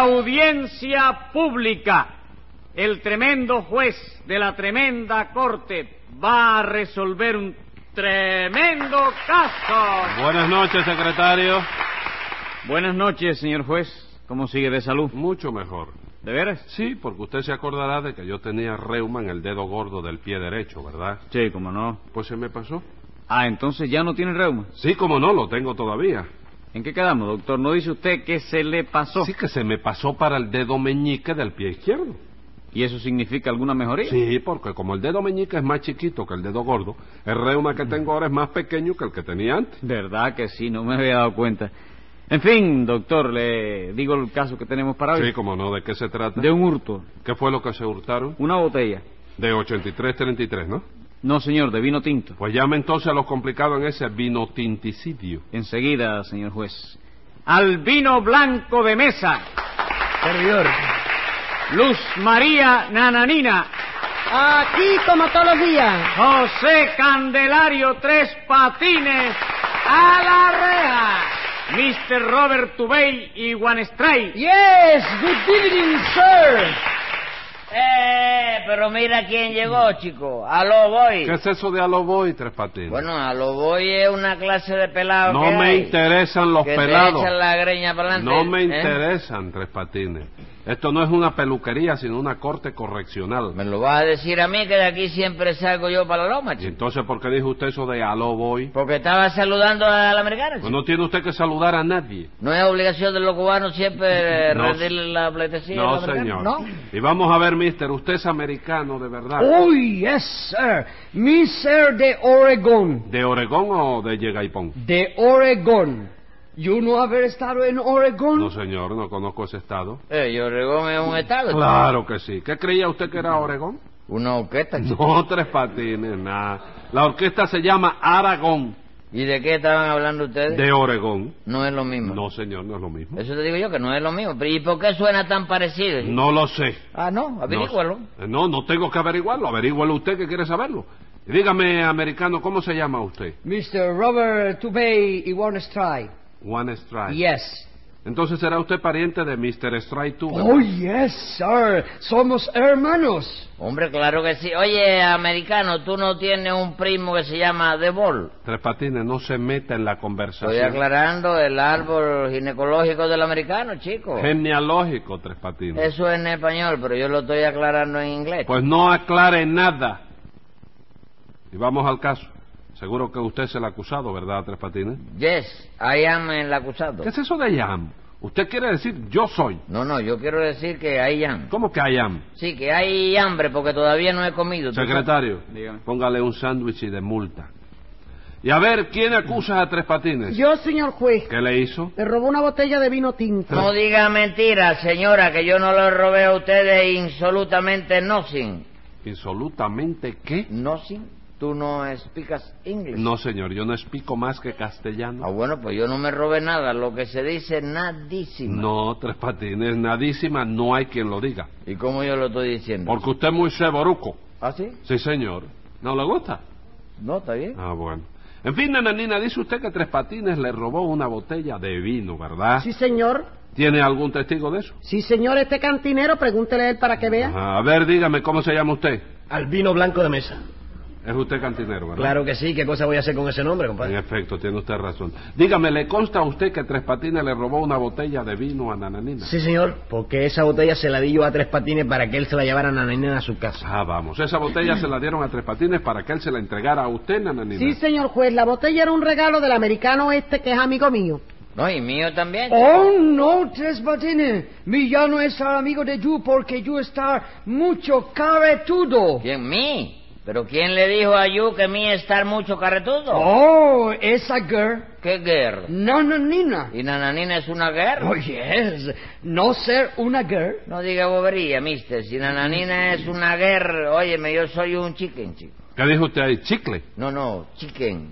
Audiencia pública. El tremendo juez de la tremenda corte va a resolver un tremendo caso. Buenas noches, secretario. Buenas noches, señor juez. ¿Cómo sigue de salud? Mucho mejor. ¿De veras? Sí, porque usted se acordará de que yo tenía reuma en el dedo gordo del pie derecho, ¿verdad? Sí, cómo no. Pues se me pasó. Ah, entonces ya no tiene reuma. Sí, como no, lo tengo todavía. ¿En qué quedamos, doctor? ¿No dice usted que se le pasó? Sí que se me pasó para el dedo meñique del pie izquierdo. ¿Y eso significa alguna mejoría? Sí, porque como el dedo meñique es más chiquito que el dedo gordo, el reuma que tengo ahora es más pequeño que el que tenía antes. ¿Verdad que sí? No me había dado cuenta. En fin, doctor, le digo el caso que tenemos para hoy. Sí, como no, ¿de qué se trata? De un hurto. ¿Qué fue lo que se hurtaron? Una botella. De 83-33, ¿no? No, señor, de vino tinto. Pues llame entonces a lo complicado en ese vino tinticidio. Enseguida, señor juez. Al vino blanco de mesa. Servidor. Luz María Nananina. Aquí como todos los días. José Candelario Tres Patines. A la reja. Mr. Robert Tubey y Juan Stray. Yes, good evening, sir. ¡Eh! Pero mira quién llegó, chico. A lo voy. ¿Qué es eso de aloboy, Tres Patines? Bueno, a lo voy es una clase de pelado. no que me hay, interesan los Ah, que te pelados. echan la greña para adelante. No me ¿eh? interesan, Tres Patines. Esto no es una peluquería, sino una corte correccional. Me lo vas a decir a mí que de aquí siempre salgo yo para la loma, ¿Y chico. entonces por qué dijo usted eso de aló voy? Pues, Porque estaba saludando a la americana, chico. Pues no tiene usted que saludar a nadie. No es obligación de los cubanos siempre eh, No, rendirle la pleitesía a no, la americana, señor. ¿no? Y vamos a ver, mister, usted es americano de verdad. Oh, yes, sir. Mr. de Oregon. ¿De Oregón o de Yegaipón? De Oregon. ¿Yo no haber estado en Oregon? No, señor, no conozco ese estado. Eh, y Oregón es un Pues, estado. chico. Claro que sí. ¿Qué creía usted que era Oregón? Una orquesta, chico. No, tres patines, nada. La orquesta se llama Aragón ¿Y de qué estaban hablando ustedes? de Oregón. No es lo mismo. No, señor, no es lo mismo. Eso te digo yo, que no es lo mismo. Pero, ¿Y por qué suena tan parecido? chico? No lo sé. Ah, no, averígualo. No, no, no tengo que averiguarlo. Averígualo usted que quiere saberlo. Y dígame, americano, ¿cómo se llama usted? Mr. Robert Tubey y Warren Stry. One Strike. Yes. Entonces será usted pariente de Mr. Strike tú. Oh, yes, sir. Somos hermanos. Hombre, claro que sí. Oye, americano, tú no tienes un primo que se llama The Ball. Tres Patines, no se meta en la conversación. Estoy aclarando el árbol ginecológico del americano, chico. Genealógico, Tres Patines. Eso es en español, pero yo lo estoy aclarando en inglés. Pues no aclare nada. Y vamos al caso. Seguro que usted es el acusado, ¿verdad, Tres Patines? Yes, I am el acusado. ¿Qué es eso de I am? Usted quiere decir yo soy. No, no, yo quiero decir que I am. ¿Cómo que I am? Sí, que hay hambre porque todavía no he comido. ¿tú sabes? Secretario, Dígame. póngale un sándwich y de multa. Y a ver, ¿quién acusa a Tres Patines? Yo, señor juez, ¿Qué le hizo? le robó una botella de vino tinto. No diga mentiras, señora, que yo no lo robé a ustedes insolutamente nothing. ¿Insolutamente qué? ¿Nothing? ¿Tú no explicas inglés? No, señor, yo no explico más que castellano. Ah, bueno, pues yo no me robé nada. Lo que se dice, nadísimo. No, Tres Patines, nadísima, no hay quien lo diga. ¿Y cómo yo lo estoy diciendo? Porque usted es muy ceboruco. ¿Ah, sí? Sí, señor. ¿No le gusta? No, está bien. Ah, bueno. En fin, nananina, dice usted que Tres Patines le robó una botella de vino, ¿verdad? Sí, señor. ¿Tiene algún testigo de eso? Sí, señor, este cantinero, pregúntele a él para que vea. Ajá. A ver, dígame, ¿cómo se llama usted? Al vino blanco de mesa. Es usted cantinero, ¿verdad? Claro que sí, ¿qué cosa voy a hacer con ese nombre, En compadre? efecto, tiene usted razón. Dígame, ¿le consta a usted que Tres Patines le robó una botella de vino a Nananina? Sí, señor, porque esa botella se la di yo a Tres Patines para que él se la llevara a Nananina a su casa. Ah, vamos. Esa botella se la dieron a Tres Patines para que él se la entregara a usted, Nananina. Sí, señor juez, la botella era un regalo del americano este que es amigo mío. No, y mío también. Oh, no, Tres Patines. Mi ya no es amigo de you porque you está mucho caretudo. ¿Quién? ¿Mí? ¿Pero quién le dijo a Yu que mí estar mucho carretudo? Oh, esa girl. ¿Qué guerra? No, no, Nina. ¿Y Nananina es una guerra? Oh, yes. No ser una girl. No diga bobería, mister. Si Nananina es una guerra, óyeme, yo soy un chicken, chico. ¿Qué dijo usted ahí? ¿Chicle? No, no, chicken.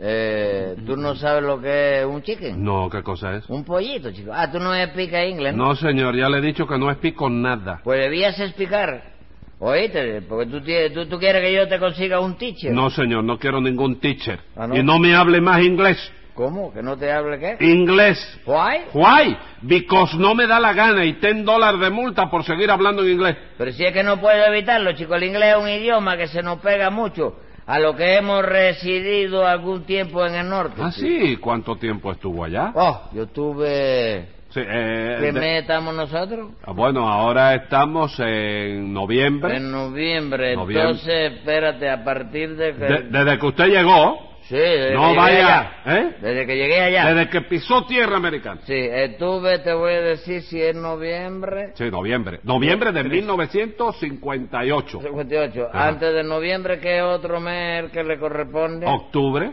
Eh, ¿Tú no sabes lo que es un chicken? No, ¿qué cosa es? Un pollito, chico. Ah, tú no explicas inglés, ¿no? No, señor, ya le he dicho que no explico nada. Pues debías explicar. Oíste, porque tú, tie- tú, tú quieres que yo te consiga un teacher. No, señor, no quiero ningún teacher. Ah, ¿no? Y no me hable más inglés. ¿Cómo? ¿Que no te hable qué? Inglés. ¿Why? Why? Because no me da la gana y ten dólares de multa por seguir hablando en inglés. Pero si es que no puedo evitarlo, chico, el inglés es un idioma que se nos pega mucho a lo que hemos residido algún tiempo en el norte. Ah, sí. ¿Cuánto tiempo estuvo allá? Oh, yo tuve... Sí, eh, ¿Qué de- mes estamos nosotros? Ah, Bueno, ahora estamos en noviembre. En noviembre. Noviembre. Entonces, espérate, a partir de que... De- desde que usted llegó, Sí, desde No que llegué vaya, allá. ¿eh? Desde que llegué allá. desde que pisó tierra americana. Sí, estuve, te voy a decir si es noviembre. Sí, noviembre. Noviembre de 1958. 58. Ajá. Antes de noviembre, ¿qué otro mes el que le corresponde? Octubre.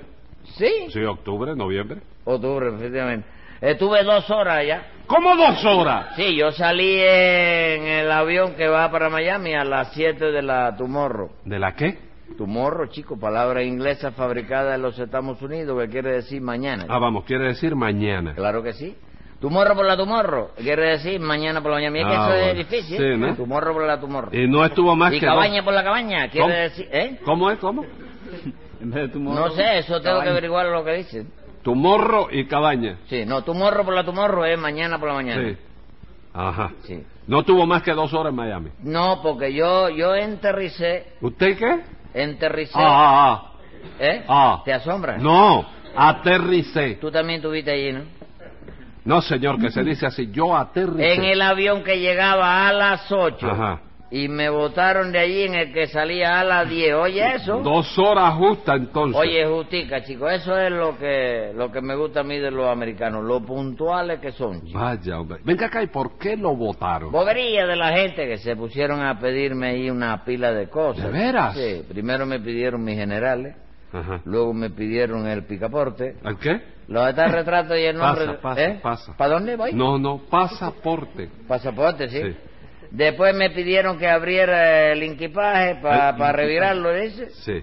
Sí. Oh. Sí, octubre, noviembre. Octubre, efectivamente. Estuve dos horas allá. ¿Cómo dos horas? Sí, yo salí en el avión que va para Miami a las 7 de la Tomorrow. ¿De la qué? Tomorrow, chico, palabra inglesa fabricada en los Estados Unidos que quiere decir mañana. Ah, vamos, quiere decir mañana. Claro que sí. Tumorro por la tumorro, quiere decir mañana por la mañana. Mira que Ah, eso es bueno. difícil. ¿eh? Sí, ¿no? Tumorro por la tumorro. Y no estuvo más y que cabaña dos. por la cabaña, quiere ¿Cómo? decir, ¿eh? ¿Cómo es? ¿Cómo? En vez de tu No sé, eso tengo que averiguar lo que dicen. Tumorro y cabaña. Sí, no, tumorro por la tumorro es mañana por la mañana. Sí. Ajá. Sí. No tuvo más que dos horas en Miami. No, porque yo yo enterricé, ¿Usted qué? enterricé, Ah, ah, ¿eh? ah. ¿Te asombra? ah. No, aterricé. Tú también tuviste allí, ¿no? No, señor, que se dice así. Yo aterricé. En el avión que llegaba a las 8 Ajá. y me botaron de allí en el que salía a las 10. Oye, eso. Dos horas justa entonces. Oye, Justica, chico, eso es lo que, lo que me gusta a mí de los americanos, lo puntuales que son. chico. Vaya, hombre. Venga acá, ¿y por qué lo votaron? Bobería de la gente que se pusieron a pedirme ahí una pila de cosas. ¿De veras? Sí, primero me pidieron mis generales, Ajá. luego me pidieron el picaporte, ¿El qué? los está retratos y el nombre... Pasa, pasa, ¿Eh? pasa. ¿Para dónde voy? No, no, pasaporte. Pasaporte, sí. Sí. Después me pidieron que abriera el inquipaje para El revirarlo, dice. Sí.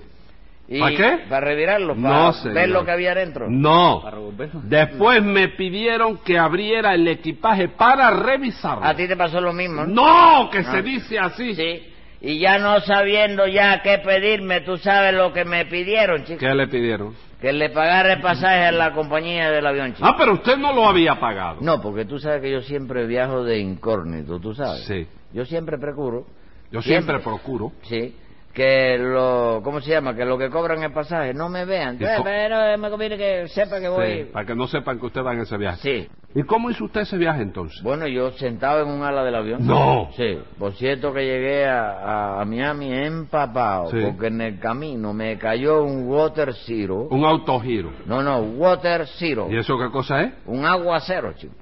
Y- ¿Para qué? Para revirarlo, para No, ver señor. lo que había adentro. No. Para volverlo. Después me pidieron que abriera el equipaje para revisarlo. A ti te pasó lo mismo, Ah, ¿no? No, que Ah. se dice así. Sí. Y ya no sabiendo ya qué pedirme, tú sabes lo que me pidieron, chico. ¿Qué le pidieron? Que le pagara el pasaje a la compañía del avión, chico. Ah, pero usted no lo había pagado. No, porque tú sabes que yo siempre viajo de incógnito, tú sabes. Sí. Yo siempre procuro, Yo siempre Siempre. procuro. sí, que lo, ¿cómo se llama? Que lo que cobran el pasaje no me vean. ¿Y Eh, co- pero eh, me conviene que sepa que Sí, voy. para que no sepan que usted va en ese viaje. Sí. ¿Y cómo hizo usted ese viaje entonces? Bueno, yo sentado en un ala del avión. No. Sí, por cierto que llegué a, a- a Miami empapado, Sí. porque en el camino me cayó un water zero. Un autogiro. No, no, water zero. ¿Y eso qué cosa es? Un aguacero, chico.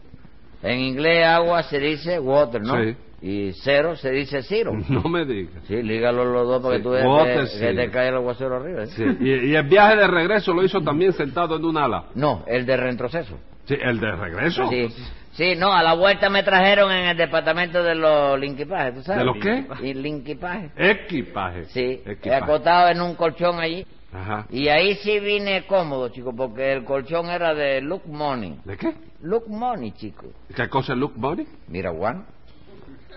En inglés agua se dice water, ¿no? Sí. Y cero se dice zero. No me diga. Sí, lígalo los dos para Sí, que tú veas water que, que zero. te cae el aguacero arriba. ¿eh? Sí, Y, y el viaje de regreso lo hizo también sentado en un ala. No, el de retroceso. Sí, ¿El de regreso? Sí. Sí, no, a la vuelta me trajeron en el departamento de los linkipajes, ¿tú sabes? ¿De los qué? Y linkipajes. Equipaje. Sí, he Equipaje. acotado en un colchón allí. Ajá. Y ahí sí vine cómodo, chico, porque el colchón era de Look Money. ¿De qué? Look Money, chico. ¿Qué cosa es Luke Body? Mira, Juan.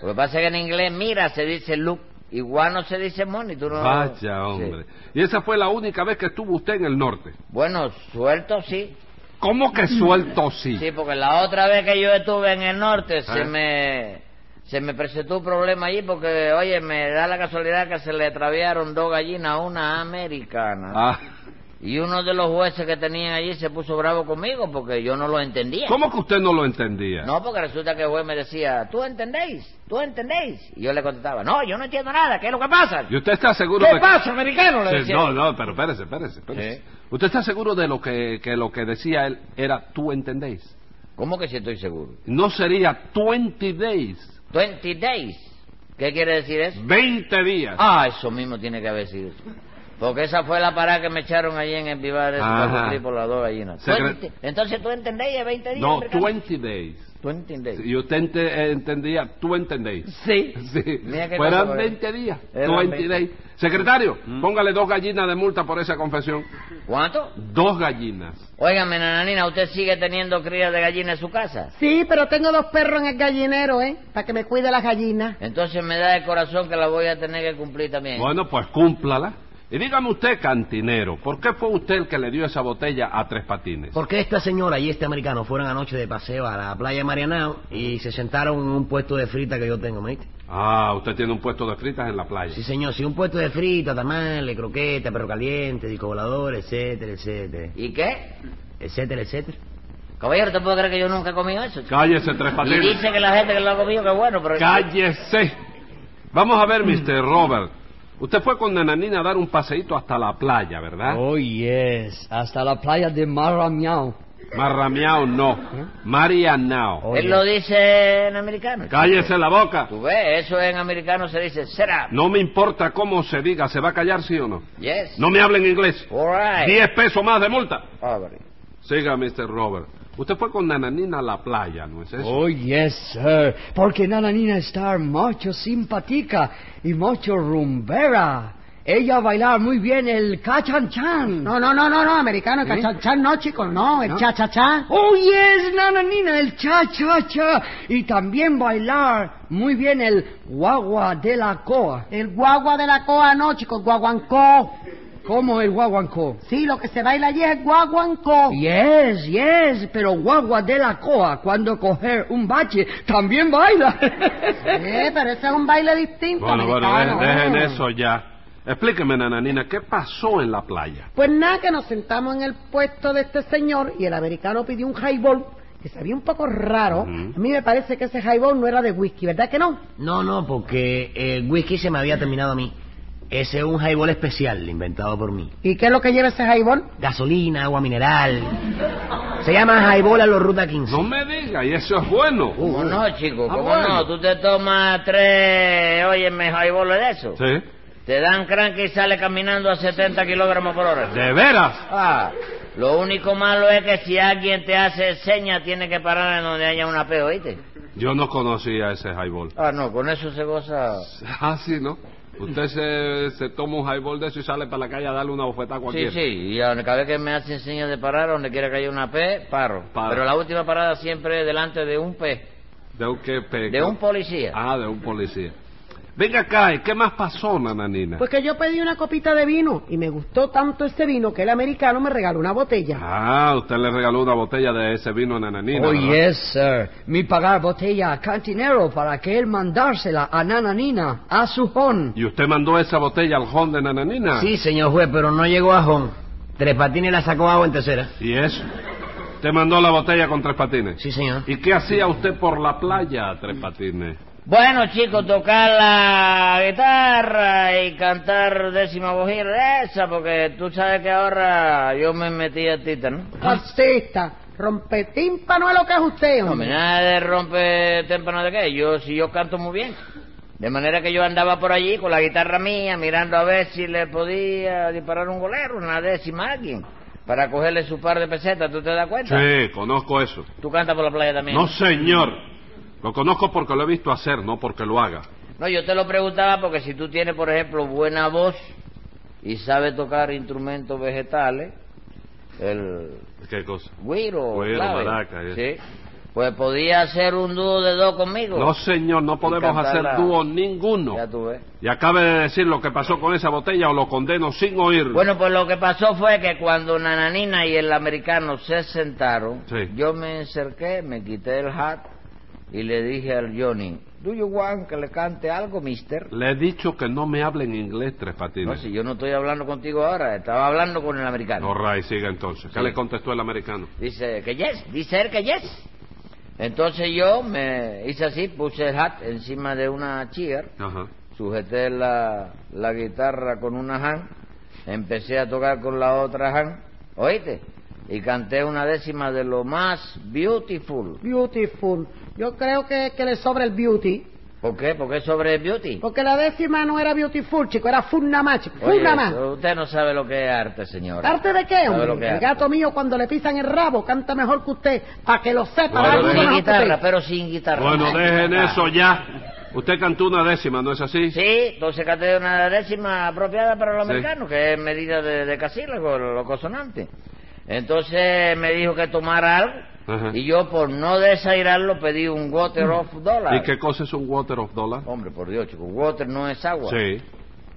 Lo que pasa es que en inglés mira se dice look y Juan no se dice money. Tú no... Vaya, hombre. Sí. Y esa fue la única vez que estuvo usted en el norte. Bueno, suelto sí. ¿Cómo que suelto sí? Sí, porque la otra vez que yo estuve en el norte Ah. se me se me presentó un problema allí porque, oye, me da la casualidad que se le traviaron dos gallinas a una americana. Ah, Y uno de los jueces que tenían allí se puso bravo conmigo porque yo no lo entendía. ¿Cómo que usted no lo entendía? No, porque resulta que el juez me decía, ¿tú entendéis? ¿Tú entendéis? Y yo le contestaba, no, yo no entiendo nada, ¿qué es lo que pasa? ¿Y usted está seguro ¿Qué de pasa, americano? Le Sí, decía. no, no, pero espérese, espérese, espérese. Sí. ¿Usted está seguro de lo que, que lo que decía él era tú entendéis? ¿Cómo que sí estoy seguro? No sería 20 days, 20 days. ¿Qué quiere decir eso? 20 días. Ah, eso mismo tiene que haber sido. Porque esa fue la parada que me echaron allí en el Vivar, ese Ajá. para cumplir por las dos gallinas. Secre- 20. Entonces, ¿tú entendéis? es 20 días. no, americano? 20 days. 20 days. Y usted ente- eh, entendía, tú entendéis. Sí. Sí, Mira qué cosa, fueran porque- 20 días, Eran Mm. 20 days. Secretario, póngale dos gallinas de multa por esa confesión. ¿Cuánto? Dos gallinas. Óigame, nananina, ¿usted sigue teniendo crías de gallina en su casa? Sí, pero tengo dos perros en el gallinero, ¿eh? Para que me cuide las gallinas. Entonces me da el corazón que la voy a tener que cumplir también. Bueno, pues cúmplala. Y dígame usted, cantinero, ¿por qué fue usted el que le dio esa botella a Tres Patines? Porque esta señora y este americano fueron anoche de paseo a la playa de Marianao y se sentaron en un puesto de frita que yo tengo, ¿me oíste? Ah, usted tiene un puesto de fritas en la playa. Sí, señor, sí, un puesto de frita, tamales, croqueta, perro caliente, disco volador, etcétera, etcétera. ¿Y qué? Etcétera, etcétera. Caballero, ¿te puedo creer que yo nunca he comido eso? chico? Cállese, Tres Y Patines. dice que la gente que lo ha comido, que bueno, pero... ¡Cállese! Vamos a ver, Mr. Robert. Usted fue con Nananina a dar un paseíto hasta la playa, ¿verdad? Oh, yes. Hasta la playa de Maramiao. Marrameao no. Marianao. Él lo dice en americano. chico. ¡Cállese la boca! Tú ves, eso en americano se dice será. No me importa cómo se diga, ¿se va a callar sí o no? Yes. No me hablen inglés. All right. Diez pesos más de multa. Pobre. Siga, Mr. Robert. Usted fue con Nananina a la playa, ¿no es eso? Oh, yes, sir. Porque Nananina está mucho simpática y mucho rumbera. Ella bailar muy bien el cachanchan. No, no, no, no, no, americano, el ¿Eh? cachachán no, chicos, no, el ¿No? chachachá. Oh, yes, Nananina, el cha-cha-cha. Y también bailar muy bien el guagua de la coa. El guagua de la coa no, chicos, guaguancó. ¿Cómo el guaguancó? Sí, lo que se baila allí es guaguancó. Yes, yes, pero guagua de la coa, cuando coger un bache, también baila. Eh, pero ese es un baile distinto, Bueno, bueno, americano. de- dejen Eh. eso ya. Explíqueme, Nananina, ¿qué pasó en la playa? Pues nada, que nos sentamos en el puesto de este señor y el americano pidió un highball que sabía un poco raro. Ujú. A mí me parece que ese highball no era de whisky, ¿verdad que no? No, no, porque el whisky se me había terminado a mí. Ese es un highball especial inventado por mí. ¿Y qué es lo que lleva ese highball? Gasolina, agua mineral. Se llama highball a los Ruta 15. No me diga, y eso es bueno. Uh, ¿Cómo no, chico? Ah, ¿Cómo bueno. no? Tú te tomas tres, óyeme, highballs de eso. ¿Sí? Te dan crank y sale caminando a 70 kilógramos por hora. ¿De veras? Ah, lo único malo es que si alguien te hace seña, tiene que parar en donde haya un apeo, ¿oíste? Yo no conocía ese highball. Ah, no, con eso se goza... Ah, sí, ¿no? Usted se, se toma un highball de eso y sale para la calle a darle una bofetada a Sí, cualquiera. sí, y a cada vez que me hacen señas de parar, donde quiera que haya una P, paro. Paro. Pero la última parada siempre es delante de un P, ¿De un qué pe- de un policía. Ah, de un policía. Venga acá, ¿y qué más pasó, Nananina? Pues que yo pedí una copita de vino y me gustó tanto ese vino que el americano me regaló una botella. Ah, usted le regaló una botella de ese vino a Nananina. Oh, ¿verdad? yes, sir. Mi pagar botella a cantinero para que él mandársela a Nananina, a su jón. ¿Y usted mandó esa botella al jón de Nananina? Sí, señor juez, pero no llegó a Jón. Tres Patines la sacó agua en tercera. ¿Y eso? ¿Te mandó la botella con tres patines? Sí, señor. ¿Y qué hacía usted por la playa, tres patines? Bueno, chicos, tocar la guitarra y cantar décima bujía esa, porque tú sabes que ahora yo me metí a tita, ¿no? Ah. Artista, rompetímpano es lo que es usted, No, hombre. nada de rompe témpano de qué, yo si yo canto muy bien. De manera que yo andaba por allí con la guitarra mía, mirando a ver si le podía disparar un golero, una décima a alguien, para cogerle su par de pesetas, ¿tú te das cuenta? Sí, conozco eso. Tú cantas por la playa también. No, señor. Lo conozco porque lo he visto hacer, no porque lo haga. No, yo te lo preguntaba porque si tú tienes, por ejemplo, buena voz y sabes tocar instrumentos vegetales, el ¿Qué cosa? güiro, Güiro, clave, maraca, eh. ¿sí? pues podía hacer un dúo de dos conmigo. No, señor, no podemos hacer cantarla. dúo ninguno. Ya tú ves. Y acabe de decir lo que pasó con esa botella o lo condeno sin oírlo. Bueno, pues lo que pasó fue que cuando Nananina y el americano se sentaron, Sí. yo me acerqué, me quité el hat y le dije al Johnny, ¿Do you want que le cante algo, mister? Le he dicho que no me hable en inglés, Tres No, Patines. si yo no estoy hablando contigo ahora, estaba hablando con el americano. No, Ray, siga entonces. ¿Qué Sí. le contestó el americano? Dice que yes, dice él que yes. Entonces yo me hice así, puse el hat encima de una cheer, Ajá. sujeté la, la guitarra con una hand, empecé a tocar con la otra hand, ¿oíste? Y canté una décima de lo más beautiful. Beautiful. Yo creo que, que le sobra el beauty. ¿Por qué? Porque es sobre beauty. Porque la décima no era beautiful, chico, era full nada más, chico, full Oye, nada más. usted no sabe lo que es arte, señora. ¿Arte de qué, ¿Sabe hombre? lo que es El arte? gato mío cuando le pisan el rabo canta mejor que usted, para que lo sepa. Bueno, da algo Pero deje- sin mejor que guitarra, usted. pero sin guitarra. Bueno, Ay, dejen papá. eso ya. Usted cantó una décima, ¿no es así? Sí, entonces canté una décima apropiada para los Sí. americanos, que es medida de, de casílabos, lo, lo consonante. Entonces me dijo que tomara algo, Ajá. Mm. y yo por no desairarlo pedí un water of ¿Y dólar. Oh, qué cosa es un water of dollar? Hombre, por Dios, chico, water no es agua. Sí.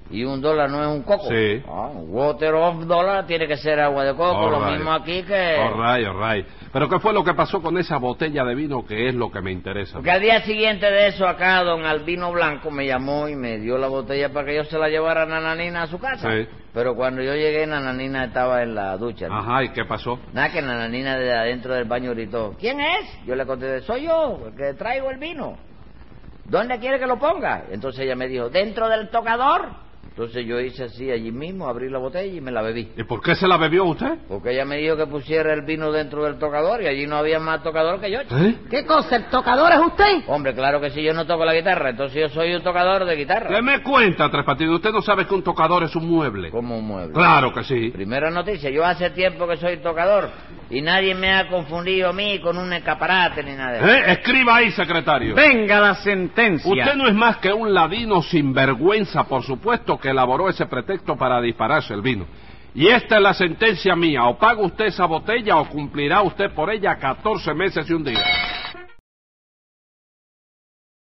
Y un dólar no es un coco. Sí. Ah, water of dollar tiene que ser agua de coco, All lo right. mismo aquí que... All right, all right. Pero ¿qué fue lo que pasó con esa botella de vino que es lo que me interesa? Porque al día siguiente de eso, acá don Albino Blanco me llamó y me dio la botella para que yo se la llevara a Nananina a su casa. Sí. Pero cuando yo llegué, Nananina estaba en la ducha. ¿no? Ajá, ¿y qué pasó? Nada que Nananina de adentro del baño gritó, ¿quién es? Yo le contesté, soy yo, el que traigo el vino. ¿Dónde quiere que lo ponga? Entonces ella me dijo, ¿dentro del tocador? Entonces yo hice así allí mismo, abrí la botella y me la bebí. ¿Y por qué se la bebió usted? Porque ella me dijo que pusiera el vino dentro del tocador y allí no había más tocador que yo. chico. ¿Eh? ¿Qué cosa? ¿El tocador es usted? Hombre, claro que sí, yo no toco la guitarra, entonces yo soy un tocador de ¿Qué guitarra. me cuenta, Tres Patines? ¿Usted no sabe que un tocador es un mueble? Como un mueble. Claro que sí. Primera noticia, yo hace tiempo que soy tocador y nadie me ha confundido a mí con un escaparate ni nada de eso. ¿Eh? Escriba ahí, secretario. Venga la sentencia. Usted no es más que un ladino sinvergüenza, por supuesto, que elaboró ese pretexto para dispararse el vino. Y esta es la sentencia mía. O paga usted esa botella o cumplirá usted por ella 14 meses y un día.